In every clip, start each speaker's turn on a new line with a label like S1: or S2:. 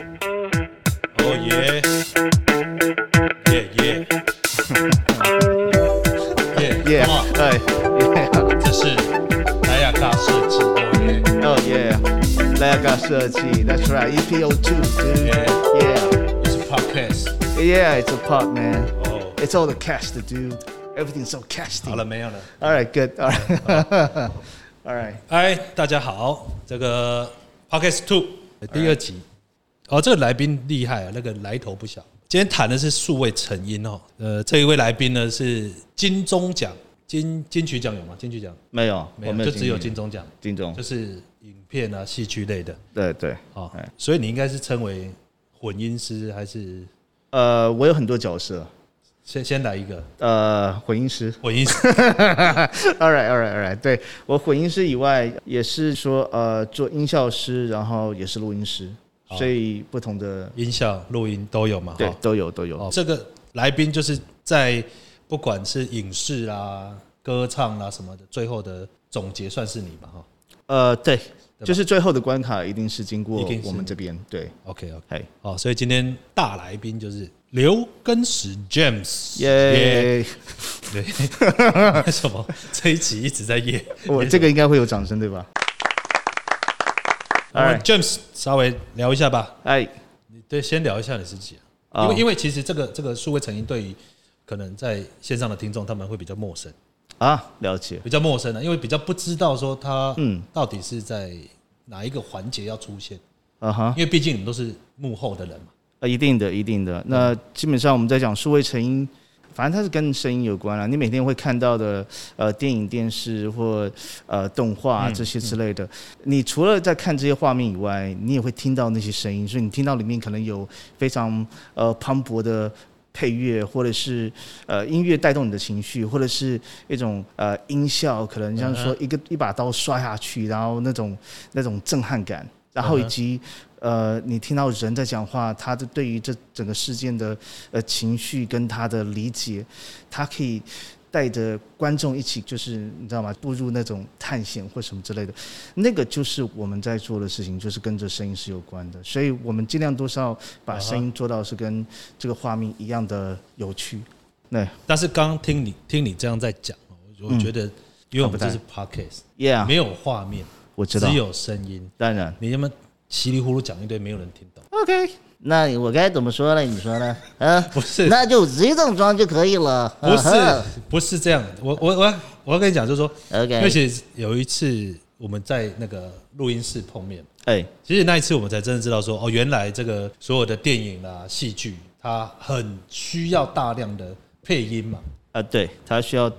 S1: Oh yeah. Yeah, yeah. yeah,
S2: Yeah，
S1: come on，
S2: 对，Yeah，
S1: 这是莱雅大设计。Oh yeah,
S2: 哦 Yeah，那个设计，That's right，EPO
S1: Yeah.
S2: two，dude，Yeah，Yeah，It's
S1: it's a podcast。
S2: a pop man，It's
S1: 哦，
S2: all the cast dude，Everything's so
S1: 好
S2: casty。
S1: 了没有了？
S2: All right，good，All right，All right，
S1: 嗨，哎大家好，这个 podcast two 哎第二集。哦，这个来宾厉害啊，那个来头不小。今天谈的是数位成因哦，呃，这一位来宾呢是金钟奖金金曲奖有吗？金曲奖
S2: 没有，
S1: 没有，
S2: 我没
S1: 就只有金
S2: 金
S1: 钟奖，
S2: 金钟
S1: 就，是影片啊、戏剧类的。
S2: 对对，
S1: 哦
S2: 哎，
S1: 所以你应该是称为混音师，还是
S2: 呃，我有很多角色，
S1: 先先来一个
S2: 呃，混音 师。
S1: 混音师？
S2: All right, all right, all right 对。我混音师以外，也是说呃做音效师，然后也是录音师，
S1: 好
S2: 所以不同的
S1: 音效、录音都有嘛？
S2: 对
S1: 哈
S2: 都有都有。
S1: 哦，这个来宾就是在不管是影视啦、歌唱啦什么的，最后的总结算是你嘛？哈
S2: 呃，对，
S1: 吧
S2: 就是最后的关卡一定是经过
S1: 一定是
S2: 我们这边。对，
S1: ，OK OK，
S2: 哎，
S1: 哦，所以今天大来宾就是刘根石 James，耶，
S2: 耶！
S1: 对，为什么这一集一直在耶？
S2: 我哦这个应该会有掌声对吧？
S1: 我们
S2: Alright
S1: James 稍微聊一下吧，
S2: 哎，
S1: 你对，先聊一下你自己啊、
S2: 哦
S1: 因为因为其实这个这个数位成因对于可能在线上的听众他们会比较陌生，
S2: 啊，了解。
S1: 比较陌生的、因为比较不知道说它
S2: 嗯
S1: 到底是在哪一个环节要出现，
S2: 啊哈
S1: 因，为毕竟你们都是幕后的人嘛。
S2: 呃，一定的，一定的。那基本上我们在讲数位成音，反正它是跟声音有关了、你每天会看到的，呃，电影、电视或呃动画这些之类的、你除了在看这些画面以外，你也会听到那些声音，所以你听到里面可能有非常呃磅礴的。配乐或者是呃音乐带动你的情绪，或者是一种呃音效，可能像说一个一把刀刷下去，然后那种那种震撼感，然后
S1: 嗯
S2: 以
S1: 哼
S2: 及呃，你听到人在讲话，他的对于这整个事件的呃情绪跟他的理解，他可以带着观众一起，就是你知道吗？步入那种探险或什么之类的，那个就是我们在做的事情，就是跟着声音是有关的。所以我们尽量多少把声音做到是跟这个画面一样的有趣。那
S1: 但是刚刚听你听你这样在讲，我我觉得，
S2: 嗯
S1: 因为我们这是 podcast，
S2: ，Yeah，
S1: 没有画面，
S2: 啊我知道
S1: 只，有声音，
S2: 当然
S1: 你有没有稀里糊涂讲一堆没有人听懂？
S2: ，OK。那我该怎么说呢？你说呢？啊，
S1: 不是
S2: 那啊就直接这么装就可以了。
S1: 不是不是这样，我我我要我要跟你讲，就是说。因为
S2: OK，
S1: 其实有一次我们在那个录音室碰面，
S2: 哎，
S1: 其实那一次我们才真的知道说，哦，原来这个所有的电影啦、戏剧，它很需要大量的配音嘛，
S2: 啊，对，它需要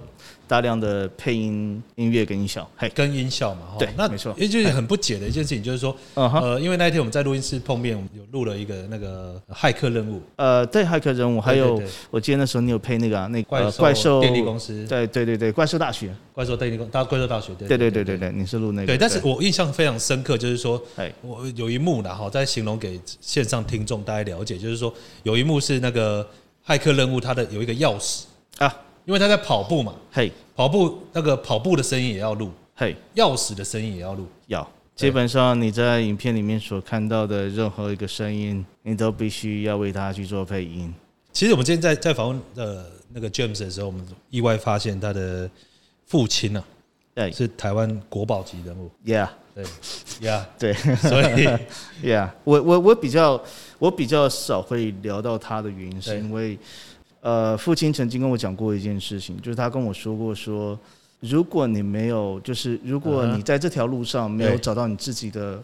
S2: 大量的配音、音乐跟音效。嘿，
S1: 跟音效嘛。哈
S2: 对
S1: 那
S2: 没错
S1: 也就是很不解的一件事情，就是说，
S2: 嗯哼，
S1: 呃，因为那一天我们在录音室碰面，我们有录了一个那个骇客任务，
S2: 呃，对，骇客人物，还
S1: 对
S2: 有
S1: 对对
S2: 我记得那时候你有配那个啊，那个
S1: 怪
S2: 呃
S1: 兽
S2: 怪兽
S1: 电力公司
S2: 对对对对，怪兽大学，
S1: 怪兽电力公，大怪兽大学，对
S2: 对对对对对，你是录那个。
S1: 对，但是我印象非常深刻，就是说
S2: 哎，
S1: 我有一幕然后在形容给线上听众大家了解，就是说有一幕是那个骇客任务，它的有一个钥匙，
S2: 啊，
S1: 因为他在跑步嘛，
S2: 嘿
S1: 跑步那个跑步的声音也要录，
S2: 嘿，
S1: 钥匙的声音也要录，
S2: 要。
S1: 对
S2: 基本上你在影片里面所看到的任何一个声音，你都必须要为它去做配音。
S1: 其实我们今天在在访问呃那个 James 的时候，我们意外发现他的父亲啊
S2: 对
S1: 是台湾国宝级人物，
S2: ，Yeah，Yeah，
S1: 对 呀
S2: 对
S1: 所 以
S2: Yeah，我我我比较我比较少会聊到他的原因，是
S1: 对
S2: 因为呃，父亲曾经跟我讲过一件事情，就是他跟我说过说，如果你没有，就是如果
S1: 嗯哼
S2: 你在这条路上没有
S1: 对
S2: 找到你自己的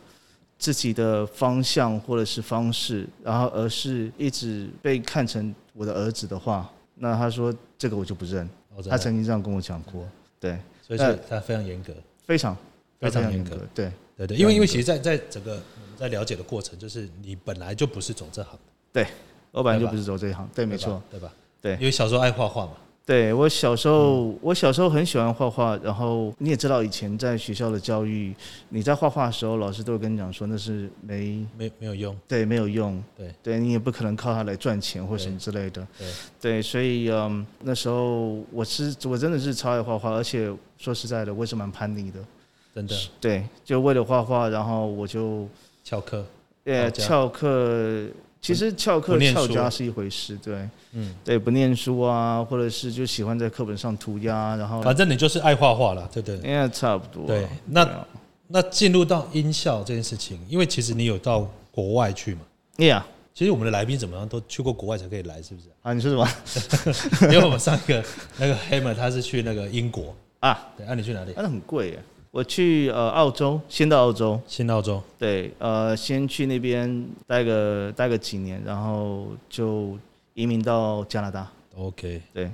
S2: 自己的方向或者是方式，然后而是一直被看成我的儿子的话，那他说这个我就不认。
S1: 哦真
S2: 他
S1: 的
S2: 曾经这样跟我讲过，对，
S1: 所以是他非常严格，
S2: 非常
S1: 呃非常严格，
S2: 对
S1: 对对，因为因为其实在，在整个我们在了解的过程，就是你本来就不是走这行的，
S2: 对，我本来就
S1: 对吧
S2: 不是走这一行，对，
S1: 对
S2: 没
S1: 吧
S2: 错。，
S1: 对吧？
S2: 对
S1: 因为小时候爱画画嘛，
S2: 对我小时候，
S1: 嗯
S2: 我小时候很喜欢画画，然后你也知道，以前在学校的教育，你在画画的时候，老师都会跟你讲说那是没
S1: 没没有用，
S2: 对没有用，
S1: 对
S2: 对你也不可能靠它来赚钱或什么之类的，
S1: 对，
S2: 对，所以嗯，那时候我是我真的是超爱画画，而且说实在的，我也是蛮叛逆的，
S1: 真的哦
S2: 对，就为了画画，然后我就
S1: 翘课，
S2: 呃
S1: 到家
S2: 翘课，其实翘
S1: 不
S2: 课
S1: 念
S2: 翘
S1: 书
S2: 家是一回事，对
S1: 嗯，
S2: 对，不念书啊，或者是就喜欢在课本上涂鸦，然后
S1: 反正你就是爱画画了，对不对？
S2: 应该差不多。
S1: 对那
S2: 对啊
S1: 那进入到音效这件事情，因为其实你有到国外去嘛，
S2: ，Yeah
S1: 其实我们的来宾怎么样都去过国外才可以来，是不 是？
S2: 啊，你说什么
S1: 因为我们上一个那个 Hammer 他是去那个英国，
S2: 啊？
S1: 对，那、你去哪里？
S2: 那很贵耶。我去呃澳洲，先到澳洲，
S1: 新澳洲，
S2: 对，呃，先去那边待个待个几年，然后就移民到加拿大。
S1: OK，
S2: 对，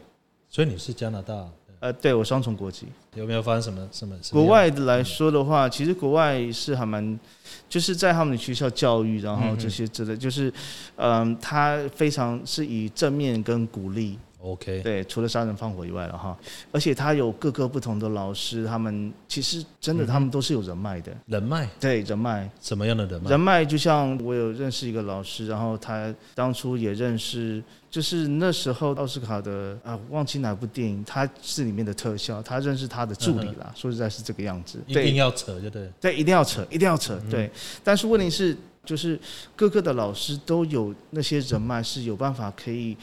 S1: 所以你是加拿大，
S2: 呃，对我双重国籍。
S1: 有没有发生什么什么？什么样
S2: 国外的来说的话，其实国外是还蛮，就是在他们的学校教育，然
S1: 嗯
S2: 后这些之类，就是，嗯，他非常是以正面跟鼓励，
S1: OK，
S2: 对，除了杀人放火以外了哈，而且他有各个不同的老师，他们其实真的他们都是有人脉的，
S1: 人脉
S2: 对，人脉，
S1: 什么样的人脉？
S2: 人脉就像我有认识一个老师，然后他当初也认识，就是那时候奥斯卡的啊，忘记哪部电影，他是里面的特效，他认识他的助理啦，说实在是这个样子，
S1: 嗯一
S2: 对
S1: 定要扯，就对了。
S2: 对，一定要
S1: 嗯
S2: 扯，一定要扯。对，但是问题是，就是各个的老师都有那些人脉，是有办法可以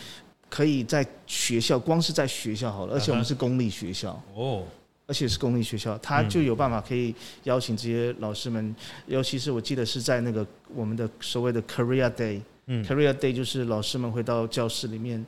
S2: 可以在学校，光是在学校好了，而且我
S1: 嗯哼
S2: 们是公立学校，
S1: 哦，
S2: 而且是公立学校，
S1: 嗯
S2: 他就有办法可以邀请这些老师们，尤其是我记得是在那个我们的所谓的 Career Day。
S1: 嗯
S2: Career Day 就是老师们会到教室里面，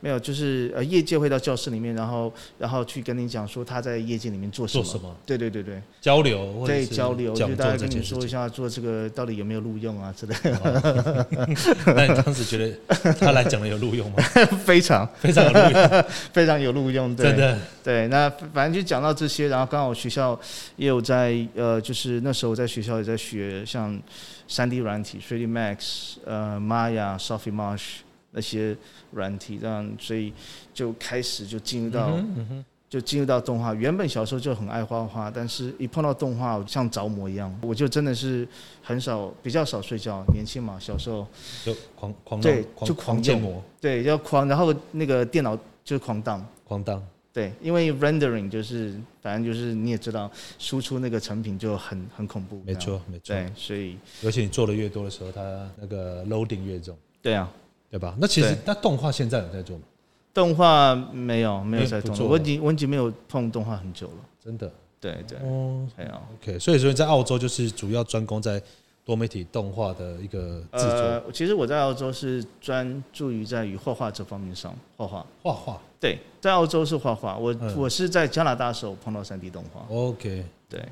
S2: 没有，就是呃业界会到教室里面，然后然后去跟你讲说他在业界里面做什
S1: 做
S2: 么。
S1: 什么
S2: 对对对对。
S1: 交流或者
S2: 对
S1: 是
S2: 交流，
S1: 讲
S2: 就大
S1: 座
S2: 概
S1: 这
S2: 跟
S1: 件
S2: 你
S1: 事
S2: 说一
S1: 情。
S2: 下，做这个到底有没有录用啊之类
S1: 那你当时觉得他来讲的有录用吗？
S2: 的， 非常
S1: 非常有录用，
S2: 非常有录用，对
S1: 真的。
S2: 对。那反正就讲到这些，然后刚好学校也有在呃，就是那时候我在学校也在学像三 D 软体、3D Max、呃 Maya、Sophie Marsh 那些软体，让所以就开始就进入到、
S1: 嗯哼嗯哼
S2: 就进入到动画。原本小时候就很爱画画，但是一碰到动画，我像着魔一样，我就真的是很少，比较少睡觉。年轻嘛，小时候
S1: 就狂狂弄
S2: 对
S1: 狂
S2: 就狂
S1: 狂建模
S2: 对要狂，然后那个电脑就是狂荡。
S1: 狂当，
S2: 对，因为 rendering 就是，反正就是你也知道，输出那个成品就很很恐怖。
S1: 没
S2: 这样。
S1: 错没错。
S2: 对，所以
S1: 尤其你做的越多的时候，它那个 loading 越重，
S2: 对啊，
S1: 对吧？那其实
S2: 对
S1: 那动画现在有在做吗？
S2: 动画没有没
S1: 没
S2: 有
S1: 有
S2: 在
S1: 哎不
S2: 动画，
S1: 做
S2: 我已
S1: 了
S2: 经我已经没有碰动画很久了。
S1: 真的
S2: 对哎对，
S1: 哦
S2: 还有。
S1: ，OK。所以说你在澳洲就是主要专攻在多媒体动画的一个制作
S2: 呃，其实我在澳洲是专注于在于画画这方面上画画。
S1: 画画。
S2: 对，在澳洲是画画，我、
S1: 嗯
S2: 我是在加拿大的时候碰到三 D 动画，
S1: OK，
S2: 哦对，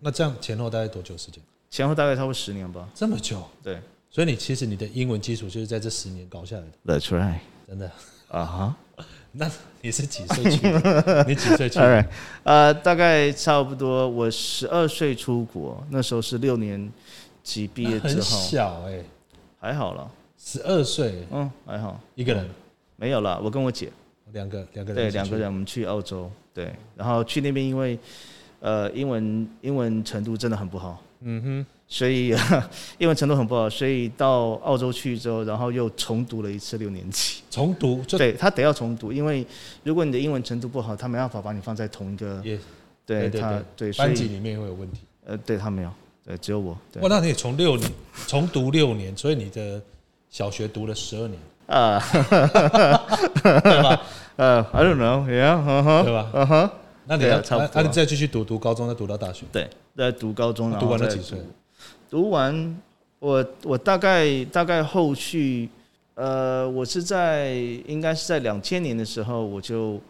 S1: 那这样前后大概多久时间？
S2: 前后大概超过十年吧。
S1: 这么久，
S2: 对
S1: 所以你其实你的英文基础就是在这十年搞下来的，
S2: ，That's right，
S1: 真的。
S2: 啊哈
S1: 那你是几岁去的？你几岁去的？
S2: ，All right，呃，大概差不多我十二岁出国，那时候是六年级毕业
S1: 那很
S2: 之后，
S1: 小哎、
S2: 还好了，
S1: 十二岁
S2: 嗯，还好，
S1: 一个人，
S2: 没有了，我跟我姐，
S1: 两个两个人
S2: 对，
S1: 一起
S2: 两
S1: 去
S2: 个人我们去澳洲，对，然后去那边因为，呃，英文英文程度真的很不好。
S1: 嗯
S2: 所以 英文程度很不好，所以到澳洲去之后，然后又重读了一次六年级
S1: 哼。，重读就
S2: 对他得要重读，因为如果你的英文程度不好，他没办法把你放在同一个，
S1: 也对
S2: 对
S1: 对
S2: 他对，所
S1: 班级
S2: 以
S1: 里面会有问题。
S2: 呃，对他没有，对，只有我，对
S1: 哇，，那你从六年重读六年，所以你的小学读了十二年，
S2: 啊，
S1: 对吧？
S2: 呃，I don't know，yeah，嗯哼，
S1: 对吧
S2: 嗯哼，
S1: 那你
S2: 对啊
S1: 要
S2: 差不
S1: 那
S2: 多
S1: 那你再继续读读高中，再读到大学，
S2: 对，在读高中，然后
S1: 读完了
S2: 再
S1: 几岁？
S2: 读完，我我大概大概后续，呃，我是在应该是在两千年的时候，我就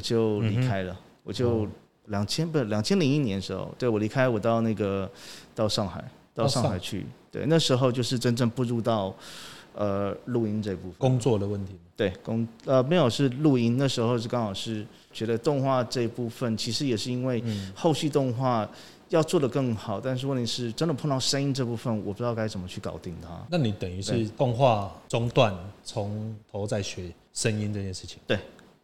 S1: 嗯
S2: 就离开了，我
S1: 哦
S2: 就两千不两千零一年的时候，对我离开，我到那个到上海
S1: 到
S2: 到
S1: 哦上
S2: 上海去，对，那时候就是真正步入到呃录音这部分，
S1: 工作的问题。
S2: 对工呃没有是录音，那时候是刚好是觉得动画这一部分，其实也是因为
S1: 嗯，
S2: 后续动画要做得更好，但是问题是，真的碰到声音这部分，我不知道该怎么去搞定它。
S1: 那你等于是动画中断，从头再学声音这件事情，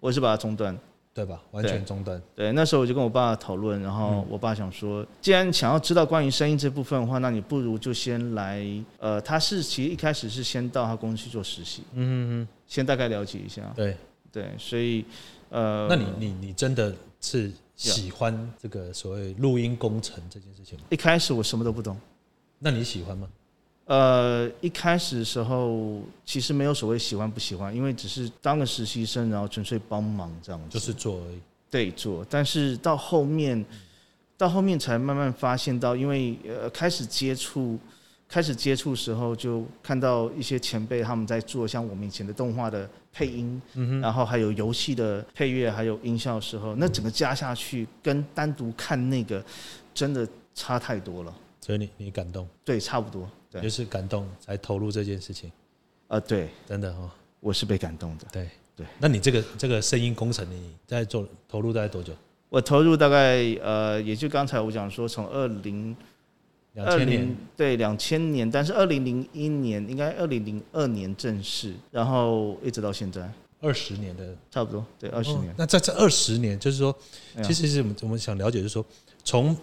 S2: 我是把它中断。
S1: 对吧？完全中断。
S2: 对，那时候我就跟我爸讨论，然
S1: 嗯
S2: 后我爸想说，既然想要知道关于声音这部分的话，那你不如就先来，呃，他是其实一开始是先到他公司去做实习，
S1: 嗯嗯
S2: 先大概了解一下
S1: 嗯，。对。
S2: 对，所以，呃，
S1: 那你你你真的是喜欢这个所谓录音工程这件事情吗？
S2: 一开始我什么都不懂，
S1: 那你喜欢吗？
S2: 呃，一开始的时候其实没有所谓喜欢不喜欢，因为只是当个实习生，然后纯粹帮忙这样子，
S1: 就是做而已。
S2: 对做。但是到后面，到后面才慢慢发现到，因为呃开始接触，开始接触时候就看到一些前辈他们在做像我们以前的动画的配音，
S1: 嗯
S2: 然后还有游戏的配乐，还有音效的时候，那整个加下去跟单独看那个真的差太多了。
S1: 所以你你感动，
S2: 对，差不多。对，
S1: 就是感动才投入这件事情，
S2: 呃，对，
S1: 真的哦。
S2: 我是被感动的。
S1: 对
S2: 对，
S1: 那你这个这个声音工程你在做投入大概多久？
S2: 我投入大概呃，也就刚才我讲说，从二零
S1: 两千年
S2: 2000对两千年，但是二零零一年应该二零零二年正式，然后一直到现在，
S1: 二十年的
S2: 差不多对二十年
S1: 哦。那在这二十年，就是说，
S2: 哎呀
S1: 其实是我们我们想了解，就是说，从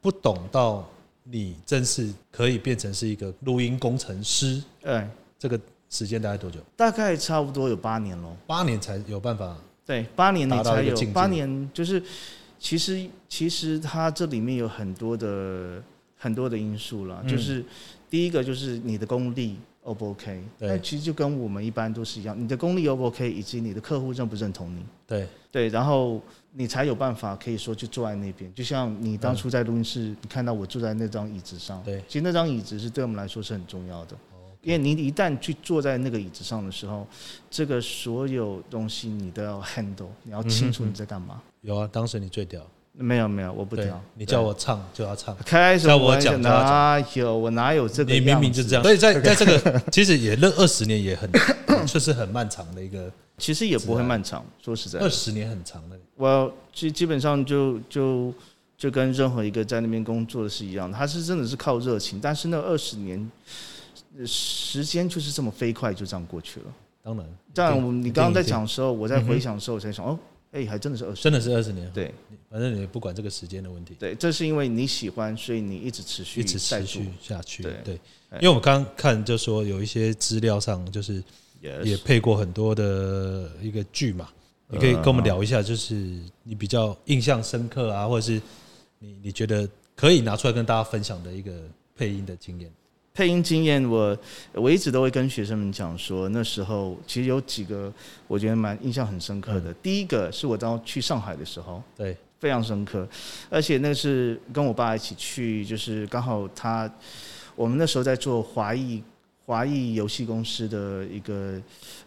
S1: 不懂到你正式可以变成是一个录音工程师，
S2: 哎，
S1: 这个时间大概多久？
S2: 大概差不多有八年喽。
S1: 八年才有办法。
S2: 对，八年你
S1: 达到
S2: 才
S1: 一个
S2: 有
S1: 境界
S2: 八年，就是其实其实它这里面有很多的很多的因素啦，
S1: 嗯
S2: 就是第一个就是你的功力 O 不 OK，
S1: 对
S2: 那其实就跟我们一般都是一样，你的功力 O 不 OK，以及你的客户认不认同你，
S1: 对，
S2: 对，然后你才有办法可以说去坐在那边，就像你当初在录音室，你看到我坐在那张椅子上，
S1: 嗯对哦
S2: 其实那张椅子是对我们来说是很重要的。因为你一旦去坐在那个椅子上的时候，这个所有东西你都要 handle，你要清
S1: 嗯
S2: 楚你在干嘛。
S1: 有啊，当时你最屌，
S2: 没有没有，我不
S1: 对
S2: 屌。
S1: 你叫
S2: 对
S1: 我唱就要唱，
S2: 开什
S1: 叫
S2: 么
S1: 我
S2: 玩笑
S1: 讲叫我
S2: 哪有我哪有这个
S1: 你
S2: 样子？
S1: 明明就这样。所以在在这 个其实也那二十年也很， 就是很漫长的一个
S2: 其实也不
S1: 啊
S2: 会漫长。说实在的
S1: 二，十年很长的。
S2: 我基基本上就就就跟任何一个在那边工作的是一样的，他是真的是靠热情，但是那二十年呃时间就是这么飞快，就这样过去了。
S1: 当然，
S2: 但
S1: 一定
S2: 我
S1: 一
S2: 你
S1: 定
S2: 刚刚在
S1: 一定
S2: 讲的时候，我在回想的时候，我才想，哦，哎，还真的是二
S1: 嗯
S2: 十。
S1: 真的是二十年，
S2: 对
S1: 反正你不管这个时间的问题。
S2: 对，这是因为你喜欢，所以你一直持续
S1: 一直
S2: 在
S1: 持
S2: 做
S1: 续。下去。
S2: 对
S1: 对，
S2: 哎
S1: 因为我们刚刚看就说有一些资料上就是也
S2: Yes 嗯
S1: 配过很多的一个剧嘛，你可以跟我们聊一下，就是你比较印象深刻啊，或者是你你觉得可以拿出来跟大家分享的一个配音的经验。
S2: 配音经验我，我一直都会跟学生们讲说，那时候其实有几个我觉得蛮印象很深刻的。第一个是我当去上海的时候，
S1: 嗯对，
S2: 非常深刻，而且那是跟我爸一起去，就是刚好他我们那时候在做华谊华谊游戏公司的一个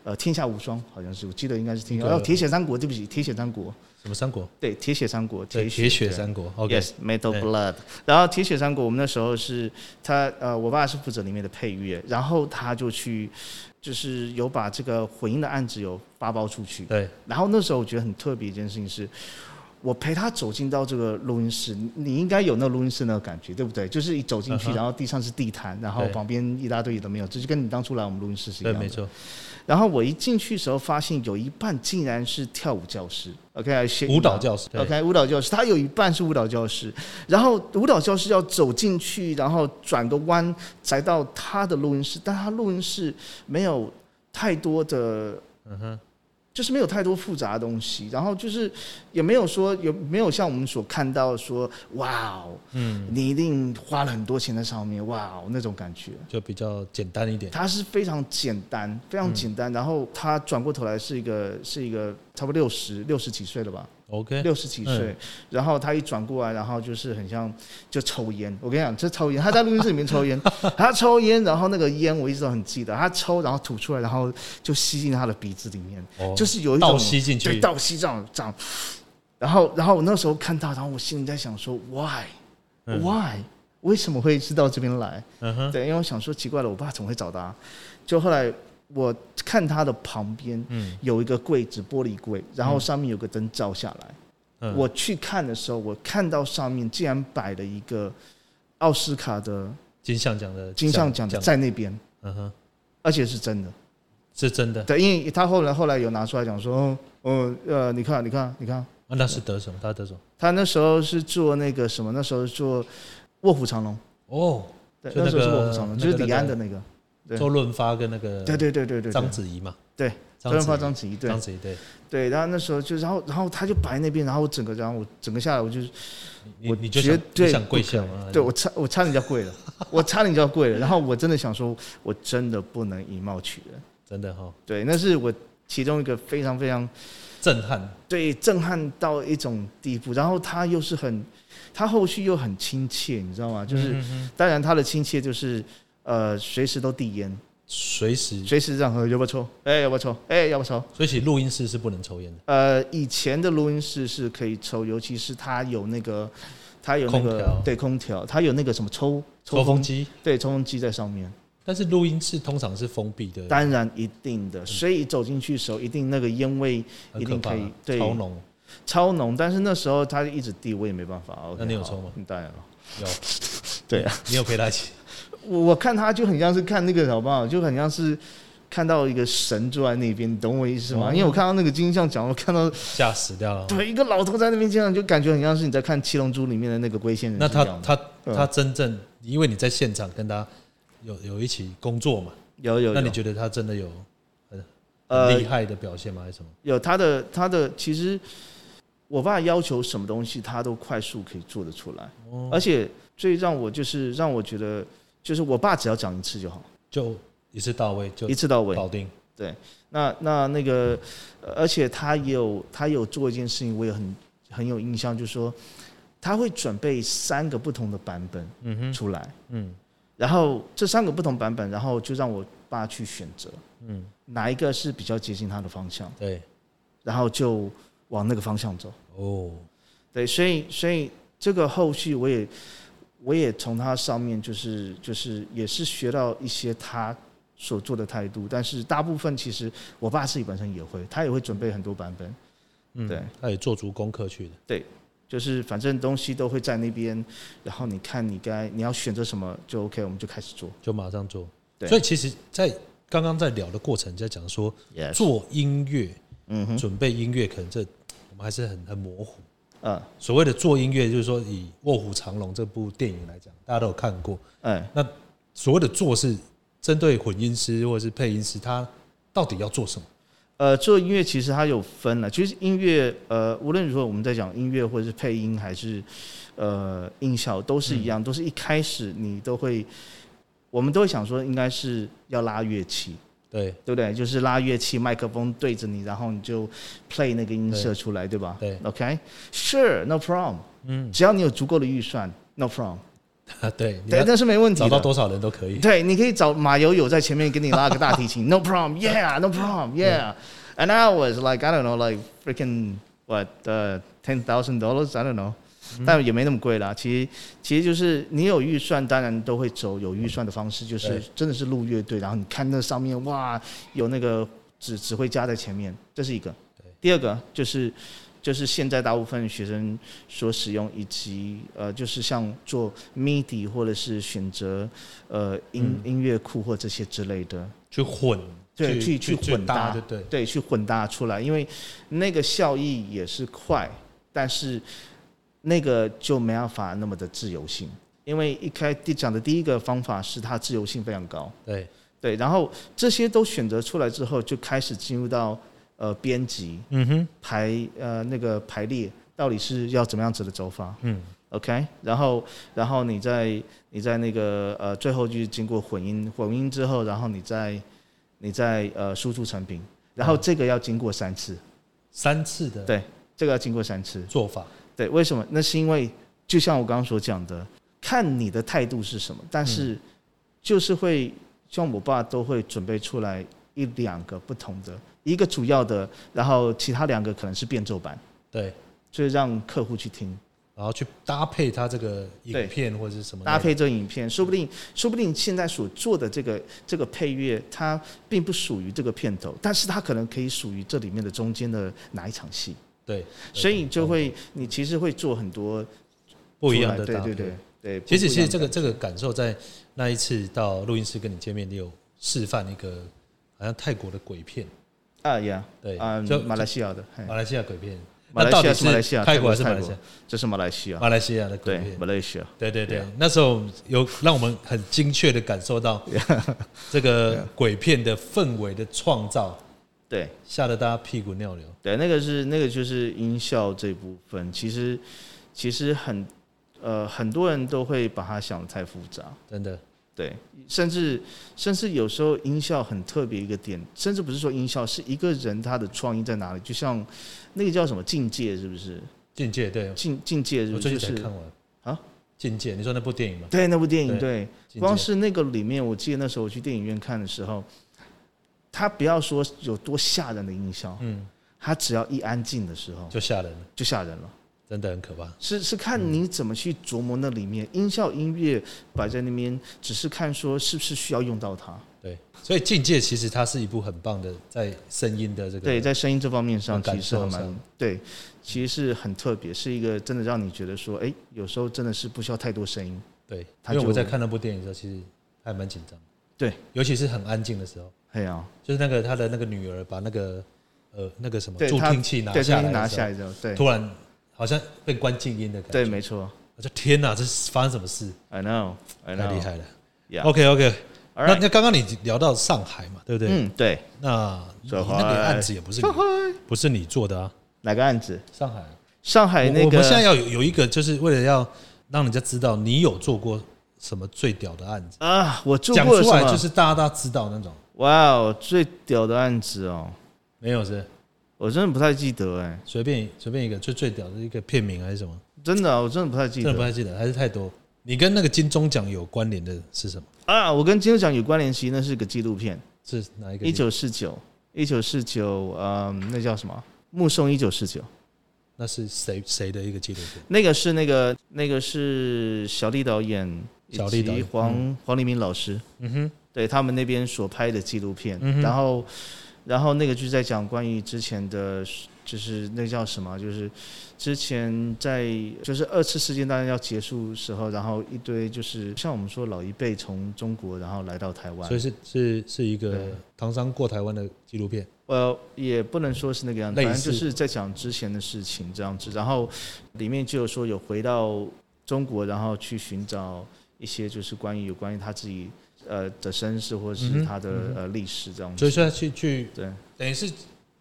S2: 呃《天下无双》，好像是我记得应该是《天下》
S1: 一个
S2: 哦，《铁血三国》，对不起，《铁血三国》
S1: 什么三国？
S2: 对，《铁血三国》
S1: 对，铁血三国。OK，
S2: Yes, Metal
S1: 对
S2: Blood。然后《铁血三国》，我们那时候是他呃，我爸是负责里面的配乐，然后他就去就是有把这个混音的案子有发包出去。
S1: 对，
S2: 然后那时候我觉得很特别一件事情是，我陪他走进到这个录音室，你你应该有那个录音室那个感觉，对不对？就是一走进去，
S1: 嗯哼
S2: 然后地上是地毯，然后
S1: 对
S2: 旁边一大堆都没有，这就跟你当初来我们录音室是一
S1: 对，
S2: 样
S1: 没
S2: 的。
S1: 错，
S2: 然后我一进去的时候，发现有一半竟然是跳舞教师，OK，
S1: 舞蹈教师。对，
S2: OK，舞蹈教室，它有一半是舞蹈教室，然后舞蹈教室要走进去，然后转个弯才到他的录音室，但他录音室没有太多的，
S1: 嗯哼，
S2: 就是没有太多复杂的东西，然后就是也没有说有没有像我们所看到说，哇哦，
S1: 嗯，
S2: 你一定花了很多钱在上面，哇哦那种感觉，
S1: 就比较简单一点。
S2: 它是非常简单，非
S1: 嗯
S2: 常简单，然后他转过头来是一个是一个差不多六十六十几岁了吧。
S1: OK，
S2: 六十几岁，
S1: 嗯
S2: 然后他一转过来，然后就是很像就抽烟。我跟你讲，这抽烟，他在录音室里面抽烟， 他抽烟，然后那个烟我一直都很记得，他抽然后吐出来，然后就吸进他的鼻子里面，
S1: 哦
S2: 就是有一种
S1: 倒吸进
S2: 对
S1: 去。
S2: 倒吸这样这样。然后，然后我那时候看到，然后我心里在想说，why
S1: 嗯
S2: why、为什么会是到这边来？
S1: 嗯哼，
S2: 对，因为我想说奇怪了，我爸怎么会找他？就后来我看他的旁边
S1: 嗯
S2: 有一个柜子，玻璃柜，然后上面有个灯照下来。
S1: 嗯，
S2: 我去看的时候，我看到上面竟然摆了一个奥斯卡的
S1: 金像奖的
S2: 金像奖的在那边，
S1: 嗯哼，
S2: 而且是真的。
S1: 是真的。
S2: 对，因为他后来后来有拿出来讲说，哦哦呃，你看你看你看，
S1: 啊，那是得什么？他得什么？
S2: 他那时候是做那个什么，那时候是做《卧虎藏龙》，
S1: 哦，
S2: 对，
S1: 就
S2: 那时候是《
S1: 那个
S2: 卧虎藏龙》，
S1: 那
S2: 就
S1: 个
S2: 是李安的那个。对
S1: 周润发跟那个
S2: 对对对对对，
S1: 章子怡嘛，
S2: 对，周润发、章子怡，对
S1: 章子怡对，
S2: 对，然后那时候就，然后然后他就摆那边，然后我整个，然后我整个下来，我就
S1: 你
S2: 我
S1: 你就
S2: 绝
S1: 想
S2: 对
S1: 你想跪
S2: 不可
S1: 下吗？
S2: 对我差我差点就要跪了，我差点就要跪了，然后我真的想说，我真的不能以貌取人，
S1: 真的哈，
S2: 对，那是我其中一个非常非常
S1: 震撼，
S2: 对震撼到一种地步，然后他又是很，他后续又很亲切，你知道吗？就是、
S1: 嗯嗯嗯
S2: 当然他的亲切就是呃随时都递烟，
S1: 随时
S2: 随时这样喝，要不要抽？哎、要不要抽？哎、要不要抽？
S1: 所以其实录音室是不能抽烟的，
S2: 呃，以前的录音室是可以抽，尤其是它有那个，它有那
S1: 空
S2: 个
S1: 调
S2: 对空调，它有那个什么抽
S1: 抽
S2: 风
S1: 风机，
S2: 对抽风机在上面，
S1: 但是录音室通常是封闭的，
S2: 当然一定的，所以走进去的时候一定那个烟味
S1: 很
S2: 一
S1: 可
S2: 定
S1: 怕
S2: 可以，对
S1: 超浓，
S2: 超浓，但是那时候它一直递，我也没办法。OK，
S1: 那你有
S2: 好
S1: 抽吗？
S2: 嗯当然了，
S1: 有，
S2: 对啊，
S1: 你有陪他一 起，
S2: 我我看他就很像是看那个好不好，就很像是。看到一个神坐在那边，你懂我意思吗？
S1: 哦
S2: 因为我看到那个金像奖，我看到
S1: 吓死掉了。
S2: 对一个老头在那边这样，就感觉很像是你在看《七龙珠》里面的那个龟仙人
S1: 那
S2: 是一样
S1: 他
S2: 的。
S1: 他
S2: 嗯
S1: 他真正，因为你在现场跟他有有一起工作嘛，
S2: 有有有，
S1: 那你觉得他真的有很很
S2: 呃
S1: 厉害的表现吗？还是什么？
S2: 有他的他的，其实我爸要求什么东西，他都快速可以做得出来，
S1: 哦
S2: 而且最让我就是让我觉得，就是我爸只要讲一次就好，
S1: 就一次到位就
S2: 一次到位。
S1: 搞定，
S2: 那那那个，呃而且他也有他有做一件事情，我也很很有印象，就是说他会准备三个不同的版本出来，
S1: 嗯，
S2: 然后这三个不同版本，然后就让我爸去选择，嗯，哪一个是比较接近他的方向，
S1: 对，
S2: 然后就往那个方向走。
S1: 哦，
S2: 对，所以所以这个后续我也我也从他上面就是就是也是学到一些他所做的态度，但是大部分其实我爸自己本身也会，他也会准备很多版本，
S1: 嗯，
S2: 对，
S1: 他也做足功课去的，
S2: 就是反正东西都会在那边，然后你看你该你要选择什么就 OK，我们就开始做。
S1: 就马上做。
S2: 对
S1: 所以其实，在刚刚在聊的过程，在讲说做音乐，
S2: 嗯哼，
S1: 准备音乐，可能这我们还是很很模糊。
S2: 呃，
S1: 所谓的做音乐，就是说以《卧虎藏龙》这部电影来讲，大家都有看过。
S2: 哎，
S1: 所谓的做是针对混音师或者是配音师，他到底要做什么？
S2: 呃，做音乐其实它有分了，啊其实音乐呃，无论如何我们在讲音乐或者是配音还是呃音效都是一
S1: 嗯
S2: 样，都是一开始你都会，我们都会想说应该是要拉乐器，
S1: 对
S2: 对不对？就是拉乐器，麦克风对着你，然后你就 play 那个音色出来，对吧？
S1: 对
S2: ，OK，sure，no problem，嗯，只要你有足够的预算，no problem，
S1: 对，你
S2: 对
S1: 要，
S2: 那是没问题
S1: 找到
S2: 的。
S1: 多少人都可以。
S2: 对，你可以找马友友在前面给你拉个大提 琴，no problem，yeah，no problem，yeah，and I was like I don't know like freaking what uh ten thousand dollars I don't know，但
S1: 嗯
S2: 也没那么贵啦。其实其实就是你有预算，当然都会走有预算的方式，就是
S1: 对
S2: 真的是录乐队，然后你看那上面哇有那个指指挥家在前面，这是一个
S1: 对。
S2: 第二个就是就是现在大部分学生所使用，以及呃就是像做 MIDI 或者是选择呃音、
S1: 嗯
S2: 音乐库或这些之类的，
S1: 去混，
S2: 对
S1: 去
S2: 去去混搭
S1: 搭，对对，
S2: 对，去混搭出来，因为那个效益也是快，但是那个就没办法那么的自由性，因为一开讲的第一个方法是它自由性非常高。
S1: 对，
S2: 对，然后这些都选择出来之后，就开始进入到呃编辑
S1: 嗯哼，
S2: 排呃那个排列，到底是要怎么样子的走法？
S1: 嗯
S2: ，OK，然后然后你在你在那个呃最后就是经过混音，混音之后，然后你再你再呃输出成品，
S1: 嗯
S2: 然后这个要经过三次，
S1: 三次的
S2: 对这个要经过三次，
S1: 做法，
S2: 对，为什么？那是因为就像我刚刚所讲的，看你的态度是什么，但是
S1: 嗯
S2: 就是会像我爸都会准备出来一两个不同的，一个主要的，然后其他两个可能是变奏版，
S1: 对，
S2: 所以让客户去听，
S1: 然后去搭配它这个
S2: 对
S1: 影片或者是什么
S2: 搭，配这个影片，说不定说不定现在所做的这个这个配乐，它并不属于这个片头，但是它可能可以属于这里面的中间的哪一场戏，
S1: 对，
S2: 所以就会你其实会做很多
S1: 不一样的
S2: 出
S1: 搭
S2: 来
S1: 配。
S2: 对对对对，
S1: 其
S2: 不
S1: 实
S2: 一样
S1: 其实这
S2: 的
S1: 个这个感受在那一次到录音室跟你见面，你有示范一个好像泰国的鬼片，
S2: 啊呀。
S1: 对
S2: 啊，，
S1: 就
S2: 马来西亚的，嘿
S1: 马来西亚鬼片，
S2: 哎马
S1: 那
S2: 来
S1: 到
S2: 西亚
S1: 底
S2: 是
S1: 是
S2: 马来西亚，
S1: 泰
S2: 泰
S1: 国还是
S2: 是
S1: 马来西亚
S2: 国？这是马来西亚，
S1: 马来西亚的鬼
S2: 对
S1: 片，
S2: 马来西亚，
S1: 对对对，那时候有让我们很精确的感受到这个鬼片的氛围的创造，
S2: 对
S1: 吓得大家屁股尿流。
S2: 对，那个是那个就是音效这部分，其实其实很呃很多人都会把它想得太复杂，
S1: 真的，
S2: 对，甚至甚至有时候音效很特别一个点，甚至不是说音效，是一个人他的创意在哪里，就像那个叫什么境界是不是？
S1: 境界对，
S2: 境境界是
S1: 我
S2: 不
S1: 最
S2: 是？
S1: 近才
S2: 就是
S1: 看完
S2: 啊，
S1: 境界，你说那部电影吗？
S2: 对那部电影，
S1: 对
S2: 对，
S1: 境界
S2: 光是那个里面，我记得那时候我去电影院看的时候，他不要说有多吓人的音效，
S1: 嗯，
S2: 他只要一安静的时候
S1: 就吓人了，
S2: 就吓人了。
S1: 真的很可怕。
S2: 是是看
S1: 嗯
S2: 你怎么去琢磨那里面音效、音乐摆在那边，只是看说是不是需要用到它。
S1: 对，所以《境界》其实它是一部很棒的，在声音的这个
S2: 对，在声音这方面上，
S1: 感
S2: 其实还
S1: 受
S2: 蛮
S1: 上
S2: 对，其实是很特别，是一个真的让你觉得说，哎，有时候真的是不需要太多声音，
S1: 对，
S2: 它
S1: 因为我们
S2: 就
S1: 在看那部电影的时候，其实还蛮紧张。
S2: 对，
S1: 尤其是很安静的时候，
S2: 哎呀、
S1: 就是那个他的那个女儿把那个呃那个什么
S2: 对
S1: 助
S2: 他
S1: 听器拿
S2: 对，
S1: 下
S2: 声
S1: 来的时候，
S2: 音拿下来之后，对，
S1: 突然好像被关静音的感
S2: 对，
S1: 觉。
S2: 没错
S1: 我说天哪，这是发生什么事？
S2: ，I know，I
S1: 太厉
S2: know，
S1: 害了。
S2: Yeah
S1: OK OK，
S2: all
S1: 那
S2: right，
S1: 那刚刚你聊到上海嘛，对不对？
S2: 嗯，对，
S1: 那你那
S2: 上海
S1: 个案子也不是你不是你做的啊，
S2: 哪个案子？
S1: 上海。
S2: 上海
S1: 我
S2: 那
S1: 我们现在
S2: 个，
S1: 要有有一个，就是为了要让人家知道你有做过什么最屌的案子，
S2: 啊，我做
S1: 讲
S2: 过
S1: 出
S2: 什
S1: 来就
S2: 么？
S1: 是大家都知道那种。
S2: 哇哦，最屌的案子哦，
S1: 没有是
S2: 我真的不太记得，哎，
S1: 随便随便一个最最屌的一个片名还是什么，
S2: 真的，我真的不太记
S1: 真的不
S2: 得
S1: 太记得，还是太多。你跟那个金钟奖有关联的是什么？
S2: 啊。我跟金钟奖有关联，其实那是个纪录片。
S1: 是哪一个？
S2: 一九四九，一九四九，嗯，那叫什么？目送一九四九，
S1: 那是谁谁的一个纪录片？
S2: 那个是那个那个是小李导演以
S1: 小李导
S2: 及
S1: 演
S2: 黄、黄黎明老师，嗯哼，对他们那边所拍的纪录片，
S1: 嗯
S2: 然后然后那个就是在讲关于之前的，就是那叫什么？啊就是之前在就是二次世界大战要结束时候，然后一堆就是像我们说老一辈从中国然后来到台湾
S1: 所以，是是是一个
S2: 对
S1: 唐山过台湾的纪录片，
S2: 呃，也不能说是那个样子，
S1: 类
S2: 反正就
S1: 似
S2: 是在讲之前的事情这样子。然后里面就有说有回到中国，然后去寻找一些就是关于有关于他自己呃的身世或者
S1: 嗯
S2: 是他的、呃历史这样
S1: 所以
S2: 子。
S1: 说去去
S2: 对，
S1: 等于是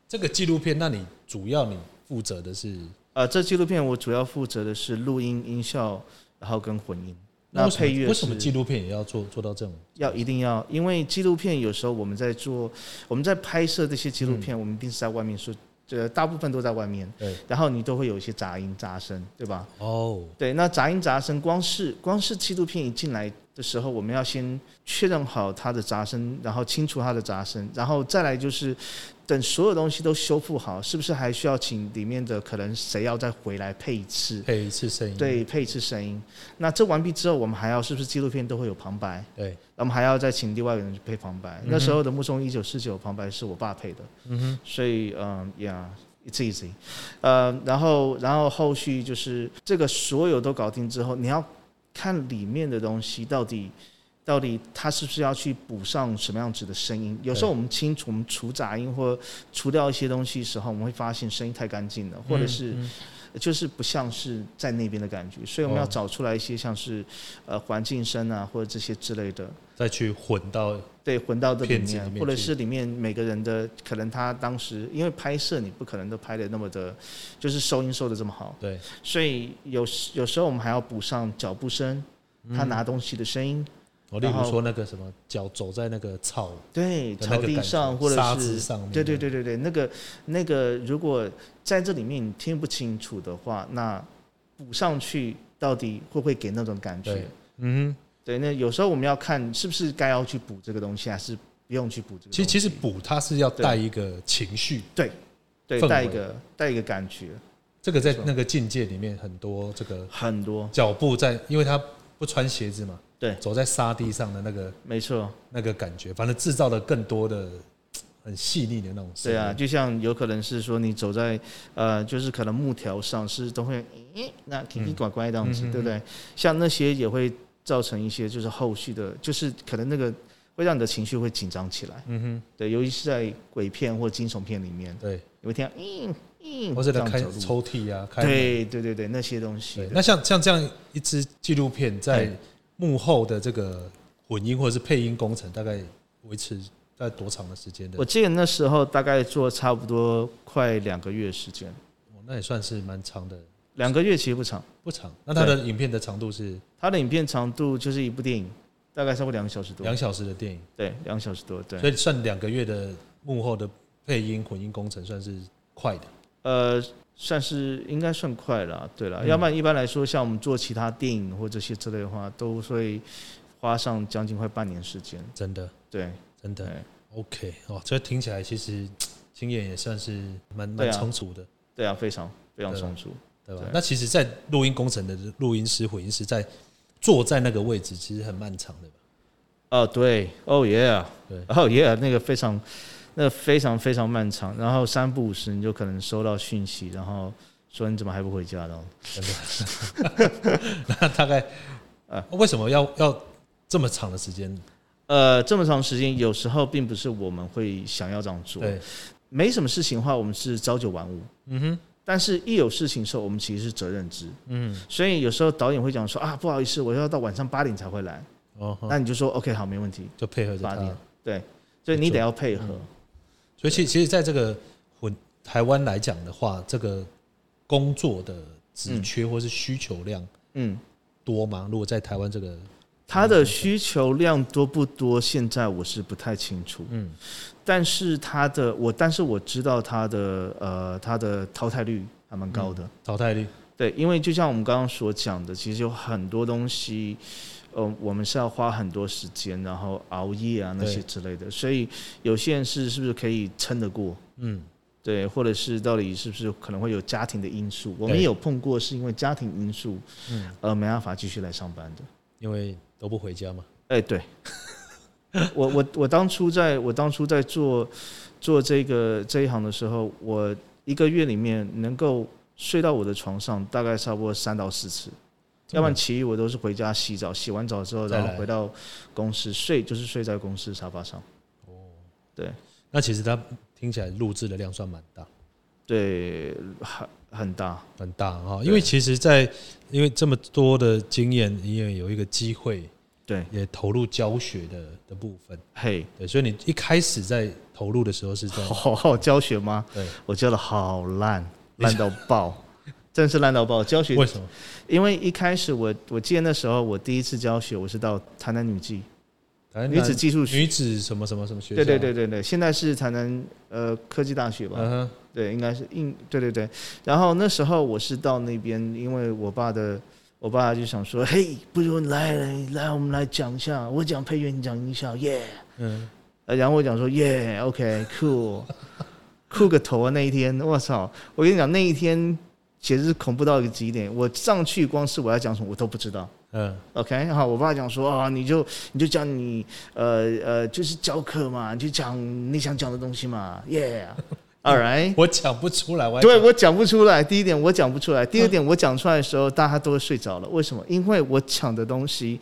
S1: 这个纪录片，那你主要你负责的是
S2: 呃，这纪录片我主要负责的是录音、音效，然后跟混音。
S1: 那
S2: 那
S1: 为什么
S2: 配乐
S1: 为什么
S2: 是
S1: 纪录片也要做做到这种？
S2: 要一定要，因为纪录片有时候我们在做，我们在拍摄这些纪录片，我们一定是在外面说，呃，大部分都在外面，
S1: 嗯对，
S2: 然后你都会有一些杂音、杂声，对吧？
S1: 哦，
S2: 对，那杂音杂声，光是光是纪录片一进来的时候，我们要先确认好它的杂声，然后清除它的杂声，然后再来就是等所有东西都修复好，是不是还需要请里面的可能谁要再回来配一次？
S1: 配一次声音，
S2: 对，配一次声音。那这完毕之后，我们还要是不是纪录片都会有旁白？
S1: 对，
S2: 我们还要再请另外一个人去配旁白。那时候的《目送一九四九》旁白是我爸配的，所以嗯，yeah，it's easy。呃，然后然后后续就是这个所有都搞定之后，你要看里面的东西到底。到底它是不是要去补上什么样子的声音？有时候我们清除、我们除杂音或除掉一些东西的时候，我们会发现声音太干净
S1: 嗯
S2: 了，或者是就是不像是在那边的感觉，所以我们要
S1: 哦
S2: 找出来一些像是呃环境声啊，或者这些之类的，
S1: 再去混到
S2: 对，混到这里
S1: 片子里
S2: 面，
S1: 面
S2: 或者
S1: 去
S2: 是里面每个人的可能他当时因为拍摄你不可能都拍的那么的，就是收音收的这么好，
S1: 对，
S2: 所以有时有时候我们还要补上脚步声，
S1: 嗯
S2: 他拿东西的声音，
S1: 我哦例
S2: 然
S1: 如
S2: 后
S1: 说那个什么脚走在那个草
S2: 对，
S1: 的那
S2: 草
S1: 个
S2: 地
S1: 感
S2: 上
S1: 觉
S2: 或
S1: 沙
S2: 者
S1: 子
S2: 是。
S1: 上面，
S2: 对对，对对对，那个那个，如果在这里面你听不清楚的话，那补上去到底会不会给那种感觉
S1: 对？嗯哼，
S2: 对，那有时候我们要看是不是该要去补这个东西，还是不用去补这个东
S1: 其
S2: 西。
S1: 实其实补它是要带一个情绪，
S2: 对
S1: 氛
S2: 带
S1: 围
S2: 一个带一个感觉，
S1: 这个在那个境界里面很多这个
S2: 很多
S1: 脚步在，因为他不穿鞋子嘛，
S2: 对
S1: 走在沙地上的那个
S2: 没错，
S1: 那个感觉，反正制造了更多的嘖很细腻的那种声
S2: 对
S1: 音
S2: 啊，，就像有可能是说你走在呃，就是可能木条上是都会咦
S1: 嗯
S2: 那奇奇怪怪这样子，对不对？像那些也会造成一些就是后续的，就是可能那个会让你的情绪会紧张起来，嗯哼，对，尤其是在鬼片或惊悚片里面，
S1: 对，
S2: 你会听到咦嗯
S1: 或者来
S2: 这样
S1: 开
S2: 走路
S1: 抽屉啊，开门
S2: 对对对对，那些东西
S1: 对，，那像像这样一支纪录片，在
S2: 嗯
S1: 幕后的这个混音或者是配音工程，大概维持在多长的时间的？
S2: 我记得那时候大概做差不多快两个月时间，
S1: 哦那也算是蛮长的，
S2: 两个月其实不长，
S1: 不长。那它的影片的长度是
S2: 它的影片长度就是一部电影，大概超过两个小时多，
S1: 两小时的电影，
S2: 对，两个小时多，对，
S1: 所以算两个月的幕后的配音混音工程算是快的。
S2: 呃，算是应该算快了，对了，
S1: 嗯
S2: 要不然一般来说，像我们做其他电影或这些之类的话，都会花上将近快半年时间，
S1: 真的，
S2: 对，
S1: 真的。
S2: 对
S1: OK，哦，这听起来其实经验也算是蛮
S2: 对
S1: 蛮
S2: 啊
S1: 充足的，
S2: 对啊，非常非常
S1: 对啊
S2: 充足，
S1: 对吧
S2: 对？
S1: 那其实，在录音工程的录音师、混音师在坐在那个位置，其实很漫长的吧。
S2: 哦，对，Oh yeah，
S1: 啊对
S2: ，Oh yeah，那个非常，那个非常非常漫长，然后三不五时你就可能收到讯息，然后说你怎么还不回家呢？
S1: 真的。那 大概
S2: 嗯
S1: 为什么要要这么长的时间？
S2: 呃，这么长时间，有时候并不是我们会想要这样做，
S1: 对，
S2: 没什么事情的话，我们是朝九晚五。
S1: 嗯哼，
S2: 但是，一有事情的时候，我们其实是责任制，
S1: 嗯，
S2: 所以有时候导演会讲说啊，不好意思，我要到晚上八点才会来，
S1: 哦，
S2: 那你就说 OK，好，没问题，
S1: 就配合着
S2: 八点
S1: 他。，
S2: 对，所以你得要配合，
S1: 所以其其实，在这个混台湾来讲的话，这个工作的职缺或是需求量
S2: 嗯，
S1: 多吗？如果在台湾这个，
S2: 它的需求量多不多？现在我是不太清楚，
S1: 嗯，
S2: 但是它的我，但是我知道它的呃，它的淘汰率还蛮高的。
S1: 淘汰率，
S2: 对，因为就像我们刚刚所讲的，其实有很多东西，呃，我们是要花很多时间，然后熬夜啊那些
S1: 对
S2: 之类的，所以有些人是是不是可以撑得过？
S1: 嗯，
S2: 对，或者是到底是不是可能会有家庭的因素？我们
S1: 对
S2: 也有碰过是因为家庭因素，
S1: 嗯
S2: 而没办法继续来上班的。
S1: 因为都不回家嘛，
S2: 哎、对， 我我我当初在我当初在做做这个这一行的时候，我一个月里面能够睡到我的床上，大概差不多三到四次。要不然其余我都是回家洗澡，洗完澡之后，
S1: 啊再
S2: 然
S1: 来
S2: 后回到公司睡，就是睡在公司沙发上。
S1: 那其实他听起来录制的量算蛮大。
S2: 对，很很大，
S1: 很大哈，
S2: 对
S1: 因为其实在，因为这么多的经验，你也有一个机会，
S2: 对，
S1: 也投入教学的的部分，
S2: 嘿，
S1: 对，所以你一开始在投入的时候是在
S2: 好好好教学吗？
S1: 对，
S2: 我教的好烂，烂到爆，真是烂到爆。教学
S1: 为什么？
S2: 因为一开始我我记得那时候我第一次教学，我是到台南女技
S1: 台南
S2: 女子技术学，
S1: 女子什么什么什么学校？
S2: 对对对对对，现在是台南呃科技大学吧，
S1: 嗯哼，
S2: 对，应该是应对对对。然后那时候我是到那边，因为我爸的我爸就想说，嘿，不如来来来，我们来讲一下，我讲配乐，你讲音效，耶、
S1: 嗯，
S2: 呃然后我讲说耶，OK，cool，酷 个头啊！那一天，我操！我跟你讲，那一天简直是恐怖到一个极点。我上去光是我要讲什么，我都不知道。
S1: 嗯。
S2: OK，好，我爸讲说啊，你就你就讲你呃呃，就是教课嘛，你就讲你想讲的东西嘛，Yeah，All right
S1: 我讲不出 来，我还
S2: 对，我讲不出来。第一点，我讲不出来；第二点，我讲出来的时候，大家都会睡着了。为什么？因为我讲的东西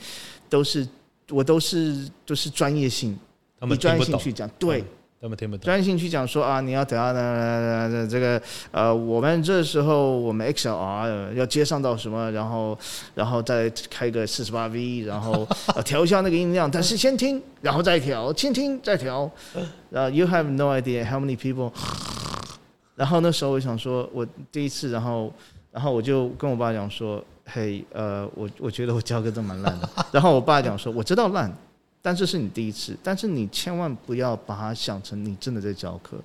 S2: 都是我都是都是专业性，
S1: 他
S2: 以
S1: 们听
S2: 专业
S1: 不
S2: 性
S1: 懂，嗯
S2: 去讲，对，
S1: 他们听不懂，
S2: 专业性去讲说啊，你要等下呢呢这个呃，我们这时候我们 XLR 要接上到什么，然后然后再开个四十八 V，然后呃调一下那个音量，但是先听，然后再调，先听再调。然后 You have no idea how many people 。然后那时候我想说，我第一次，然后然后我就跟我爸讲说，嘿，呃，我我觉得我教课都蛮烂的。然后我爸讲说，我知道烂，但这是你第一次，但是你千万不要把它想成你真的在教课，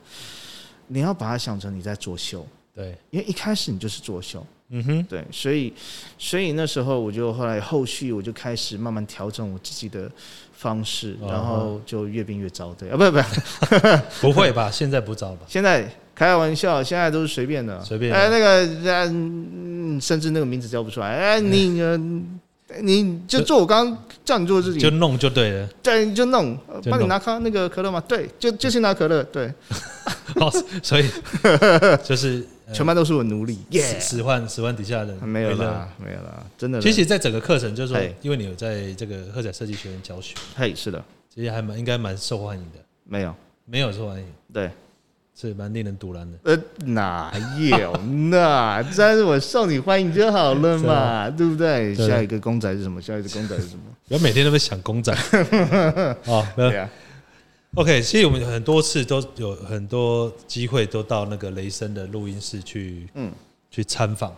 S2: 你要把它想成你在作秀，
S1: 对，
S2: 因为一开始你就是作秀，
S1: 嗯哼，
S2: 对，所以所以那时候我就后来后续我就开始慢慢调整我自己的方式，
S1: 哦
S2: 然后就越变越糟，对啊，不不，
S1: 不会吧？现在不招吧？
S2: 现在开玩笑，现在都是随便的，
S1: 随便
S2: 哎，那个嗯，甚至那个名字叫不出来，哎，
S1: 嗯
S2: 你呃你就做我刚刚叫你做的事情，
S1: 就弄就对了，
S2: 对，你就弄，呃
S1: 就弄
S2: 帮你拿咖那个可乐吗？对，就就是拿可乐，对，
S1: 哦所 以就是呃
S2: 全班都是我奴隶，耶啊
S1: 使，使唤使唤底下的
S2: 哎没有
S1: 为了
S2: 啦，没有啦，真的啦，
S1: 其实，在整个课程，就是说
S2: 嘿，
S1: 因为你有在这个赫仔设计学院教学，
S2: 嘿，是的，
S1: 其实还蛮应该蛮受欢迎的，
S2: 没有，
S1: 没有受欢迎。
S2: 对，
S1: 是蛮令人堵然的。
S2: 呃，哪有 那？但是我少女欢迎就好了
S1: 是
S2: 嘛，
S1: 啊
S2: 对不对？
S1: 对
S2: 下一个公仔是什么？下一个公仔是什么？
S1: 不要每天都在想公仔哦，没有
S2: 对啊，
S1: OK，其实我们很多次都有很多机会都到那个雷声的录音室去，
S2: 嗯
S1: 嗯，去参访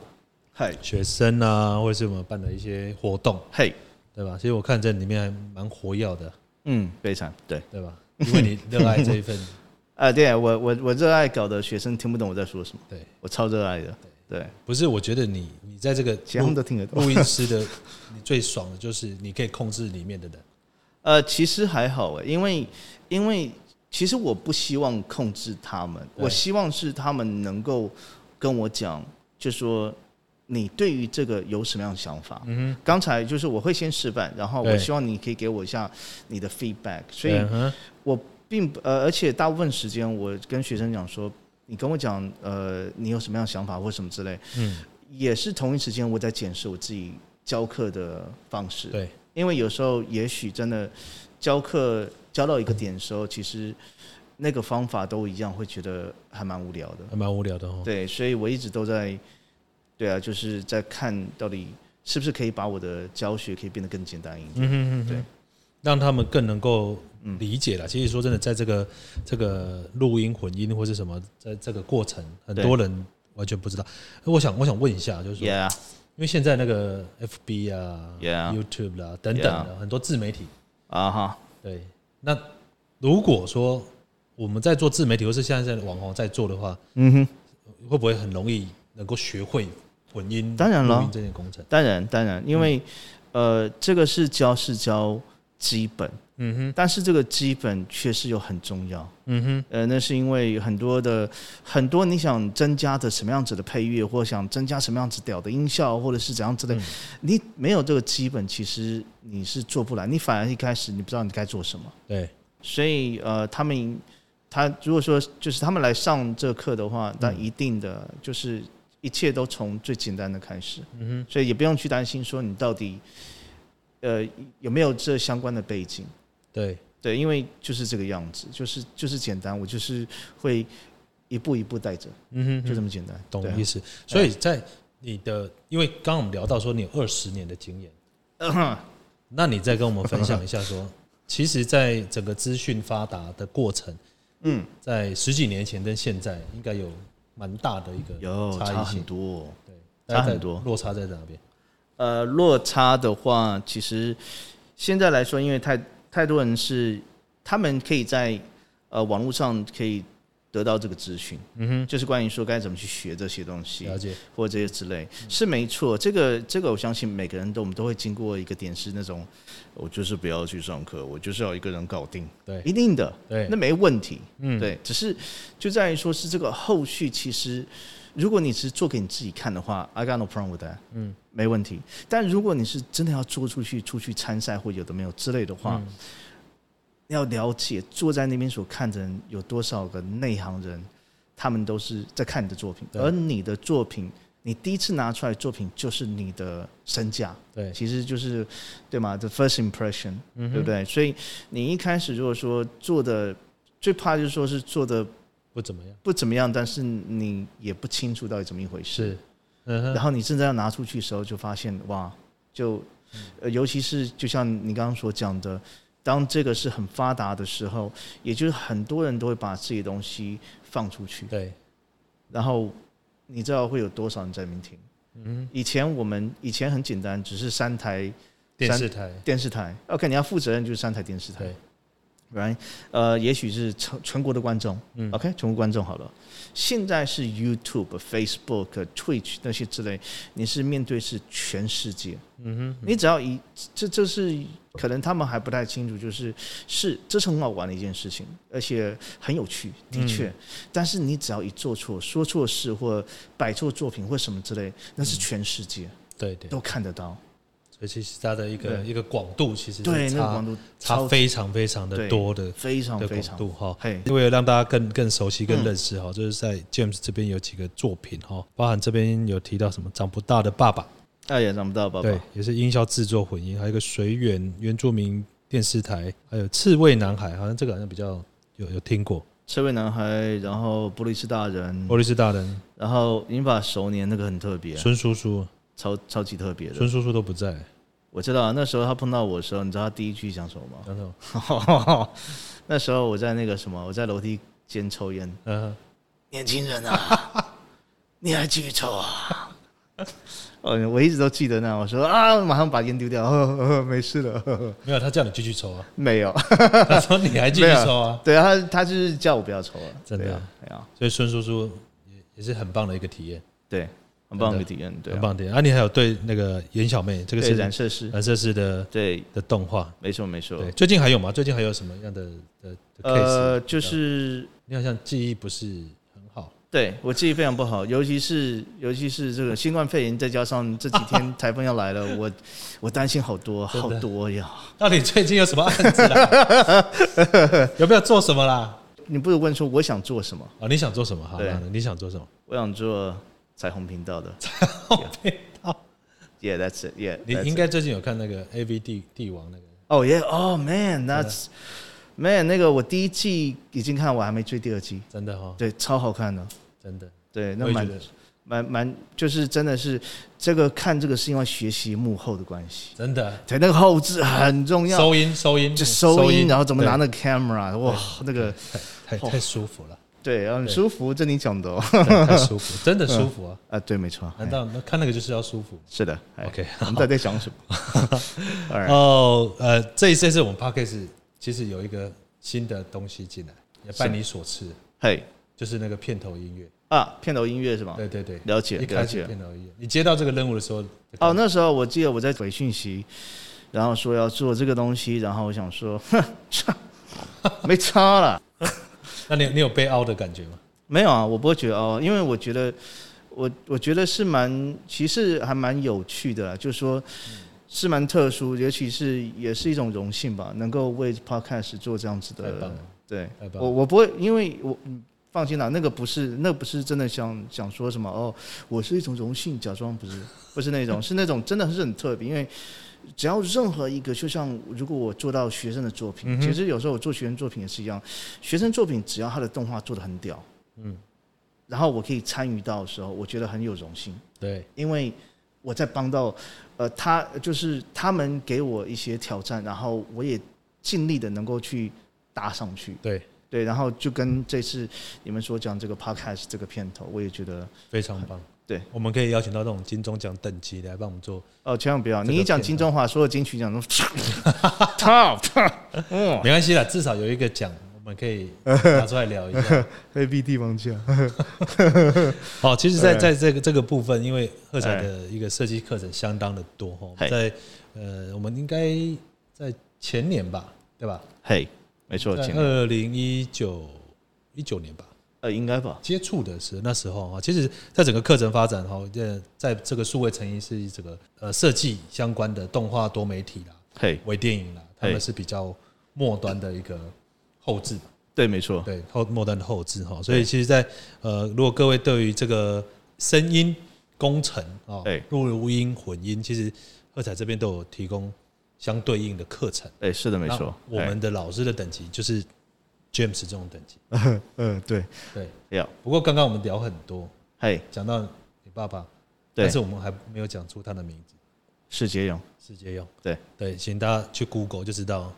S2: 嘿，
S1: 学生啊，或者是我们办的一些活动，
S2: 嘿，
S1: 对吧？其实我看这里面还蛮活跃的，
S2: 嗯，非常对。
S1: 对 吧？因为你热爱这一份，
S2: 啊，对啊我我我热爱搞得学生听不懂我在说什么，
S1: 对，
S2: 我超热爱的。对，
S1: 不是？我觉得你你在这个
S2: 其他们都听得
S1: 录
S2: 懂。
S1: 录音室的，你最爽的就是你可以控制里面的人，
S2: 呃，其实还好诶，因为因为其实我不希望控制他们，
S1: 对
S2: 我希望是他们能够跟我讲，就说你对于这个有什么样的想法。
S1: 嗯
S2: 刚才就是我会先示范，然后我
S1: 对
S2: 希望你可以给我一下你的 feedback，
S1: 哼，
S2: 所以
S1: 嗯哼
S2: 我并不呃，而且大部分时间我跟学生讲说，你跟我讲呃，你有什么样的想法或什么之类，
S1: 嗯，
S2: 也是同一时间我在检视我自己教课的方式，
S1: 对，
S2: 因为有时候也许真的教课教到一个点的时候，其实那个方法都一样，会觉得还蛮无聊的，
S1: 还蛮无聊的哦。
S2: 对，所以我一直都在，对啊，就是在看到底是不是可以把我的教学可以变得更简单一点，
S1: 嗯哼嗯
S2: 对
S1: 哼，让他们更能够理解
S2: 嗯
S1: 了。其实说真的，在这个这个录音、混音或是什么，在这个过程，很
S2: 对
S1: 多人完全不知道。我想，我想问一下，就是说，因
S2: yeah
S1: 为现在那个 FB 啊、
S2: Yeah
S1: YouTube 啦等等的很多自媒体，
S2: 啊哈，
S1: 对，那如果说我们在做自媒体，或是现在在网红在做的话，
S2: 嗯哼。
S1: 会不会很容易能够学会混音、
S2: 当然了
S1: 录音这些工程？
S2: 当然，当然，因
S1: 嗯
S2: 为、呃，这个是教是教基本，
S1: 嗯哼，
S2: 但是这个基本确实有很重要。
S1: 嗯哼，
S2: 呃，那是因为很多的很多你想增加的什么样子的配乐，或想增加什么样子屌的音效，或者是怎样之类，
S1: 嗯
S2: 你没有这个基本，其实你是做不来。你反而一开始你不知道你该做什么，
S1: 对，
S2: 所以呃，他们他如果说就是他们来上这个课的话，那一定的就是一切都从最简单的开始。
S1: 嗯哼，
S2: 所以也不用去担心说你到底呃有没有这相关的背景。
S1: 对，
S2: 对，因为就是这个样子，就是就是简单，我就是会一步一步带着，
S1: 嗯哼嗯哼
S2: 就这么简单。
S1: 懂
S2: 对啊
S1: 意思。所以在你的，因为刚刚我们聊到说你有二十年的经验，那你再跟我们分享一下说，其实，在整个资讯发达的过程，
S2: 嗯，
S1: 在十几年前跟现在应该有蛮大的一个
S2: 有
S1: 差
S2: 差
S1: 异
S2: 很
S1: 性，
S2: 多哦、
S1: 对，
S2: 差很多
S1: 大概在落差在哪边？
S2: 呃，落差的话，其实现在来说，因为太太多人是他们可以在呃网络上可以得到这个资讯，嗯哼，就是关于说该怎么去学这些东西，
S1: 了解，嗯
S2: 或这些之类，是没错。这个这个，我相信每个人都我们都会经过一个点是那种，我就是不要去上课，我就是要一个人搞定，
S1: 对
S2: 一定的，
S1: 对
S2: 那没问题，
S1: 嗯
S2: 对。只是就在于说是这个后续，其实如果你只是做给你自己看的话，I got no problem with that，嗯，没问题。但如果你是真的要做出去出去参赛或有的没有之类的话，
S1: 嗯
S2: 要了解坐在那边所看的人有多少个内行人，他们都是在看你的作品，
S1: 对
S2: 而你的作品，你第一次拿出来的作品就是你的身价，
S1: 对，
S2: 其实就是对吗？The first impression，、对不对？所以你一开始如果说做的最怕就是说是做的
S1: 不怎么样，
S2: 不怎么样，但是你也不清楚到底怎么一回事，
S1: 是，嗯
S2: 然
S1: 哼，
S2: 后你真正要拿出去的时候，就发现哇，就呃，尤其是就像你刚刚所讲的，当这个是很发达的时候，也就是很多人都会把自己的东西放出去，
S1: 对，
S2: 然后你知道会有多少人在那边听？嗯，以前我们以前很简单，只是三台
S1: 电视台，
S2: 电视台，OK，你要负责任就是三台电视台
S1: 对，嗯
S2: ，right？呃，也许是全全国的观众、o k 全国观众好了。现在是 YouTube、Facebook、Twitch 那些之类，你是面对是全世界，
S1: 嗯
S2: 你只要一这这是可能他们还不太清楚，就是是这是很好玩的一件事情，而且很有趣，
S1: 嗯
S2: 的确。但是你只要一做错、说错事或摆错作品或什么之类，那是全世界、
S1: 哼，嗯对对，
S2: 都看得到，
S1: 所以其实它的一个
S2: 对
S1: 一个广度其实
S2: 对，
S1: 是
S2: 那个广
S1: 差
S2: 度
S1: 差
S2: 超
S1: 非常非常的
S2: 对
S1: 多的
S2: 非常
S1: 的
S2: 非
S1: 广
S2: 常
S1: 度哈。
S2: 嘿，
S1: 为了让大家更更熟悉、更认识
S2: 嗯
S1: 哈，就是在 James 这边有几个作品哈，包含这边有提到什么长不大的爸爸，
S2: 那也长不到，爸爸
S1: 对。，也是音效制作混音，还有一个水远原住民电视台，还有刺猬男孩，好像这个好像比较有有听过，
S2: 刺猬男孩，然后波利斯大人，
S1: 波利斯大人、
S2: 然后银发熟年那个很特别，啊
S1: 孙叔叔、
S2: 超超级特别的。
S1: 孙叔叔都不在，
S2: 我知道那时候他碰到我的时候，你知道他第一句讲什么
S1: 然后，
S2: 吗？ 那时候我在那个什么，我在楼梯间抽烟，
S1: 嗯，
S2: 年轻人啊， 你还继续抽啊？ 呃，我一直都记得那，我说啊，马上把烟丢掉， 呵呵呵没事了， 呵呵
S1: 没有，他叫你继续抽 啊，
S2: 没有，
S1: 他说你还继续抽啊，
S2: 对他他就是叫我不要抽了，
S1: 真的啊
S2: 对啊，对啊，
S1: 所以孙叔叔也也是很棒的一个体验，
S2: 对，很棒的体验，对
S1: 很
S2: 啊，
S1: 棒的体验。啊，你还有对那个严小妹，这个
S2: 对
S1: 是
S2: 染色师，
S1: 染色师的
S2: 对，
S1: 的动画，
S2: 没错没错
S1: 对，，最近还有吗？最近还有什么样的的的 case？
S2: 呃，就是
S1: 你好像记忆不是很好，
S2: 对我记忆非常不好，尤其是尤其是这个新冠肺炎，再加上这几天 台风要来了，我我担心好多
S1: 真
S2: 好
S1: 的
S2: 多呀。
S1: 到底最近有什么案子啦？ 有没有做什么啦？
S2: 你不如问说我想做什么？
S1: 哦，你想做什么？好，
S2: 对
S1: 那你想做什么？哦
S2: 我想做彩虹频道的。Yeah, that's it. Yeah,
S1: 你
S2: that's
S1: 应该最近有看那个 A V 帝帝王那个，
S2: it. Oh yeah. Oh man, that's man. 那个我第一季已经看完，还没追第二季。
S1: 真的哈，
S2: 对，超好看的。
S1: 真的，
S2: 对，
S1: 我
S2: 那
S1: 也觉
S2: 蛮
S1: 得
S2: 蛮蛮，就是真的是这个看这个是因为学习幕后的关系。
S1: 真的
S2: 对，那个后置很重要，
S1: 收音收音
S2: 就收音，然后怎么拿
S1: 对
S2: 那个 camera，哇，那个哦
S1: 太太舒服了，
S2: 对，很舒服，这你讲的哦。
S1: 对太舒服，真的舒服啊！
S2: 啊，对，没错，
S1: 难道那看那个就是要舒服？
S2: 是的。哎
S1: OK，
S2: 我们到底在讲 什么？Alright
S1: 哦，呃，这一次是我们 podcast 其实有一个新的东西进来，也拜你所赐，
S2: 嘿
S1: 就是那个片头音乐。
S2: 啊，片头音乐是吗？
S1: 对对对，
S2: 了解
S1: 一
S2: 了
S1: 开始
S2: 解。
S1: 片头音乐，你接到这个任务的时候，
S2: 哦，那时候我记得我在回讯息，然后说要做这个东西，然后我想说，哼，没差了，
S1: 那你你有被凹的感觉吗？
S2: 没有啊，我不会觉得哦，因为我觉得我我觉得是蛮，其实还蛮有趣的啦，就是说。是蛮特殊，尤其是也是一种荣幸吧，能够为 podcast 做这样子
S1: 太棒
S2: 的
S1: 了，
S2: 对哦
S1: 太，棒
S2: 我我不会，因为我嗯放心啦，那个不是，那个不是真的想想说什么哦，我是一种荣幸，假装不是，不是那种， 是那种真的是很特别，因为只要任何一个，就像如果我做到学生的作品，
S1: 嗯哼
S2: 其实有时候我做学生作品也是一样，学生作品只要他的动画做的很屌，
S1: 嗯，
S2: 然后我可以参与到的时候，我觉得很有荣幸。
S1: 对，
S2: 因为我在帮到，呃，他就是他们给我一些挑战，然后我也尽力的能够去搭上去，
S1: 对，
S2: 对，然后就跟这次你们所讲这个 podcast 这个片头，我也觉得，
S1: 非常棒。
S2: 对，
S1: 我们可以邀请到那种金钟奖等级的来帮我们做。
S2: 哦，千万不要，
S1: 这个
S2: 你一讲
S1: 片头
S2: 金钟华，所有金曲 奖都 top，嗯
S1: 没关系啦，至少有一个奖，我们可以拿出来聊一 下。
S2: ，A B D 王家，
S1: 好，哦其实在，
S2: 哎
S1: 在这个这个部分，因为赫彩的一个设计课程相当的多哈，我们
S2: 嘿
S1: 在呃，我们应该在前年吧，对吧？
S2: 嘿，没错，
S1: 在
S2: 前面
S1: 二零一九一九年吧，
S2: 呃，应该吧，
S1: 接触的是那时候啊，其实，在整个课程发展哈，呃，在这个数位成因是这个呃设计相关的动画多媒体啦、
S2: 嘿，
S1: 微电影啦，他
S2: 嘿
S1: 们是比较末端的一个后置嘛。
S2: 对，没错，
S1: 对后末端的后置哈，所以其实在，呃，如果各位对于这个声音工程啊
S2: 对，
S1: 录、录音混音，其实赫彩这边都有提供相对应的课程。
S2: 哎，是的，没错，
S1: 那我 们的老师的等级就是 James 这种等级。
S2: 哎，嗯，对，
S1: 对，
S2: 要，
S1: 不过刚刚我们聊很多，
S2: 嘿，
S1: 讲到你爸爸，
S2: 对
S1: 但是我们还没有讲出他的名字，
S2: 世杰勇，
S1: 世界用。
S2: 对
S1: 对，请大家去 Google 就知道，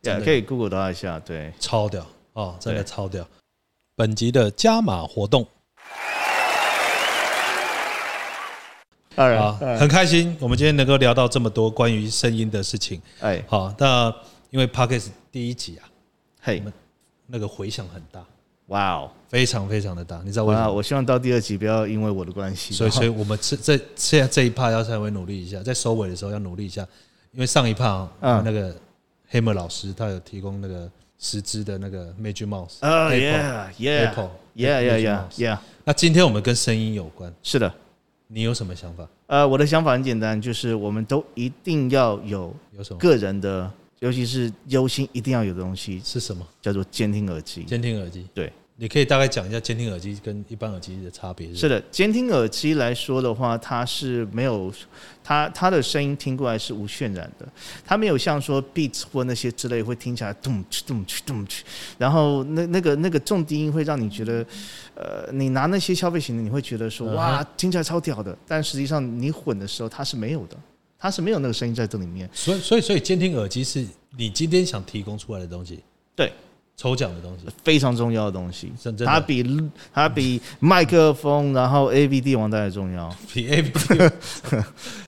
S1: 真
S2: 也
S1: 的
S2: 可以 Google 他一下，对。
S1: 超屌哦，真的
S2: 对
S1: 超屌。本集的加码活动
S2: 当然
S1: 啊，，
S2: 当然
S1: 很开心，我们今天能够聊到这么多关于声音的事情。
S2: 哎，
S1: 好，那因为 Pockets 第一集啊，
S2: 嘿，
S1: 那个回响很大，
S2: 哇哦，
S1: 非常非常的大，你知道为什
S2: 哇！
S1: 么？
S2: 我希望到第二集不要因为我的关系，
S1: 所以， 所以我们这这现在这一趴要稍微努力一下，在收尾的时候要努力一下，因为上一趴、啊
S2: 嗯
S1: 那个 Hammer 老师他有提供那个十支的那个 Magic Mouse，
S2: 啊
S1: Apple
S2: ，yeah yeah
S1: Apple
S2: yeah
S1: Magic
S2: yeah yeah
S1: Mouse
S2: yeah，
S1: 那今天我们跟声音有关，
S2: 是的，
S1: 你有什么想法？
S2: 呃，我的想法很简单，就是我们都一定要有
S1: 有什么？
S2: 个人的，尤其是忧心一定要有的东西，
S1: 是什么？
S2: 叫做监听耳机。
S1: 监听耳机。
S2: 对，
S1: 你可以大概讲一下监听耳机跟一般耳机的差别是什
S2: 是的，监听耳机来说的话，它是没有它它的声音听过来是无渲染的，它没有像说 beats 或那些之类会听起来咚哧咚哧咚哧，然后那那个那个重低音会让你觉得，呃，你拿那些消费型的，你会觉得说
S1: 嗯哼
S2: 哇听起来超屌的，但实际上你混的时候它是没有的，它是没有那个声音在这里面。
S1: 么所以所以所以监听耳机是你今天想提供出来的东西，
S2: 对，
S1: 抽奖的东西，
S2: 非常重要的东西
S1: 真真，的
S2: 它比它比麦克风，然后 A V 帝王带来重要。
S1: 比 A P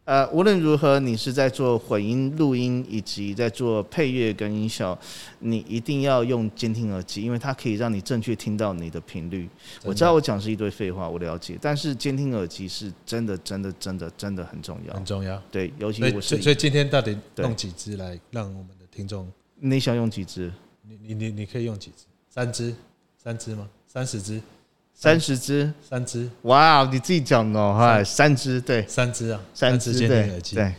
S2: 呃，无论如何，你是在做混音录音以及在做配乐跟音效，你一定要用监听耳机，因为它可以让你正确听到你的频率。我知道我讲是一堆废话，我了解，但是监听耳机是真的、真的、真的、真的很重要
S1: 很。重要。
S2: 对，尤其
S1: 所
S2: 我
S1: 以所以所
S2: 是
S1: 以今天到底
S2: 对
S1: 弄几支来让我们的听众，
S2: 你想用几支？
S1: 你你你你可以用几支？三支？三支吗？三十支？
S2: 三十支？
S1: 三支？
S2: 哇，你自己讲的哦，嗨，三支，对，
S1: 三支啊？
S2: 三
S1: 支
S2: 支，
S1: 监听
S2: 对
S1: 耳，机，
S2: 对，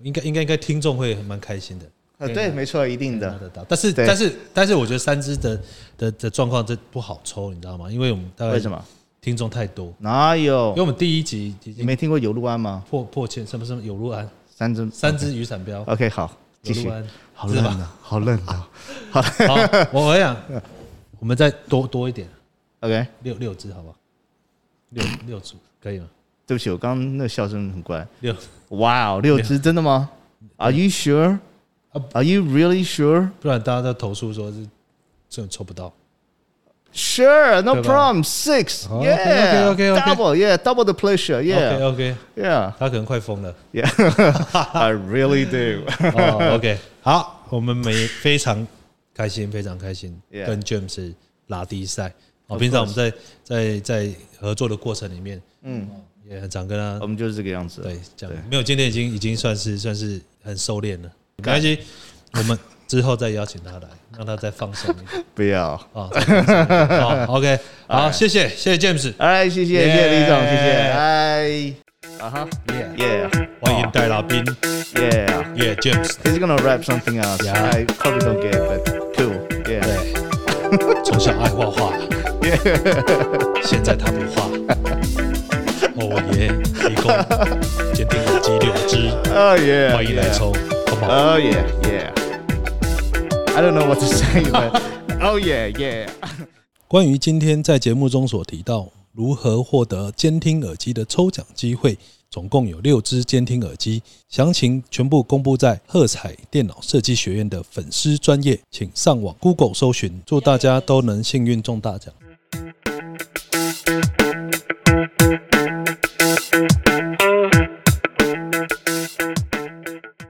S1: 应该应该应该听众会蛮开心的。
S2: 呃，对，没错，一定
S1: 拿
S2: 的。
S1: 得到，但是
S2: 对
S1: 但是但是，我觉得三支的的的状况这不好抽，你知道吗？因为我们大
S2: 为
S1: 概
S2: 什么？
S1: 听众太多，
S2: 哪有
S1: 因为？我们第一集已
S2: 你
S1: 经
S2: 没听过有路安吗？
S1: 破破千什么什么有路安
S2: 三支，
S1: 三支雨伞标
S2: OK，好，继
S1: 有
S2: 续
S1: 路。安，
S2: 好
S1: 是
S2: 冷
S1: 吧？
S2: 啊，好冷啊。
S1: 好，我我想我们再多多一点，
S2: OK，
S1: 六六支好不好？六
S2: 嗯
S1: 六组可以吗？
S2: 对不起，我刚刚那个笑声很怪。
S1: 六
S2: 哇哦，六只真的吗？Are you sure?
S1: 啊
S2: Are you really sure?
S1: 不然大家都投诉说是这抽不到，
S2: Sure, no
S1: 对吧 Uh-huh.
S2: problem. Six,
S1: 哦
S2: yeah,
S1: ，OK，OK，OK，OK
S2: double, yeah, double the pleasure,
S1: OK
S2: yeah,
S1: OK，
S2: yeah,
S1: 他可能快疯 了。
S2: yeah. I really do.
S1: 哦，OK，好，我们每非常开心，非常开心
S2: Yeah
S1: 跟 James 拉低赛。哦，
S2: Of
S1: 平常我们在在在合作的过程里面，嗯，也很常跟他
S2: 我们就是这个样子。
S1: 对讲，没有，今天已经已经算是算是很收敛了，没关系，我们之后再邀请他来，让他再放松一点
S2: 不要。
S1: 啊。再放松一点 好，OK，好，谢谢谢谢 James，
S2: 哎，谢谢，谢
S1: Yeah Uh-huh.
S2: 谢李总，谢谢。哎，啊哈，yeah，
S1: 欢迎戴拉宾，
S2: yeah.
S1: 耶 James，
S2: He's gonna rap something else.
S1: Yeah.
S2: I probably don't get, it, but cool. Yeah.
S1: 对，从小爱画画，现在他不画。哦耶，提供鉴定耳机六支，
S2: Oh yeah.
S1: 欢迎来
S2: yeah.
S1: 抽，好不好？
S2: Oh yeah, yeah. I don't know what to say, but oh yeah, yeah.
S1: 关于今天在节目中所提到如何获得监听耳机的抽奖机会，总共有六只监听耳机，详情全部公布在喝彩电脑设计学院的粉丝专业，请上网 Google 搜寻，祝大家都能幸运中大奖。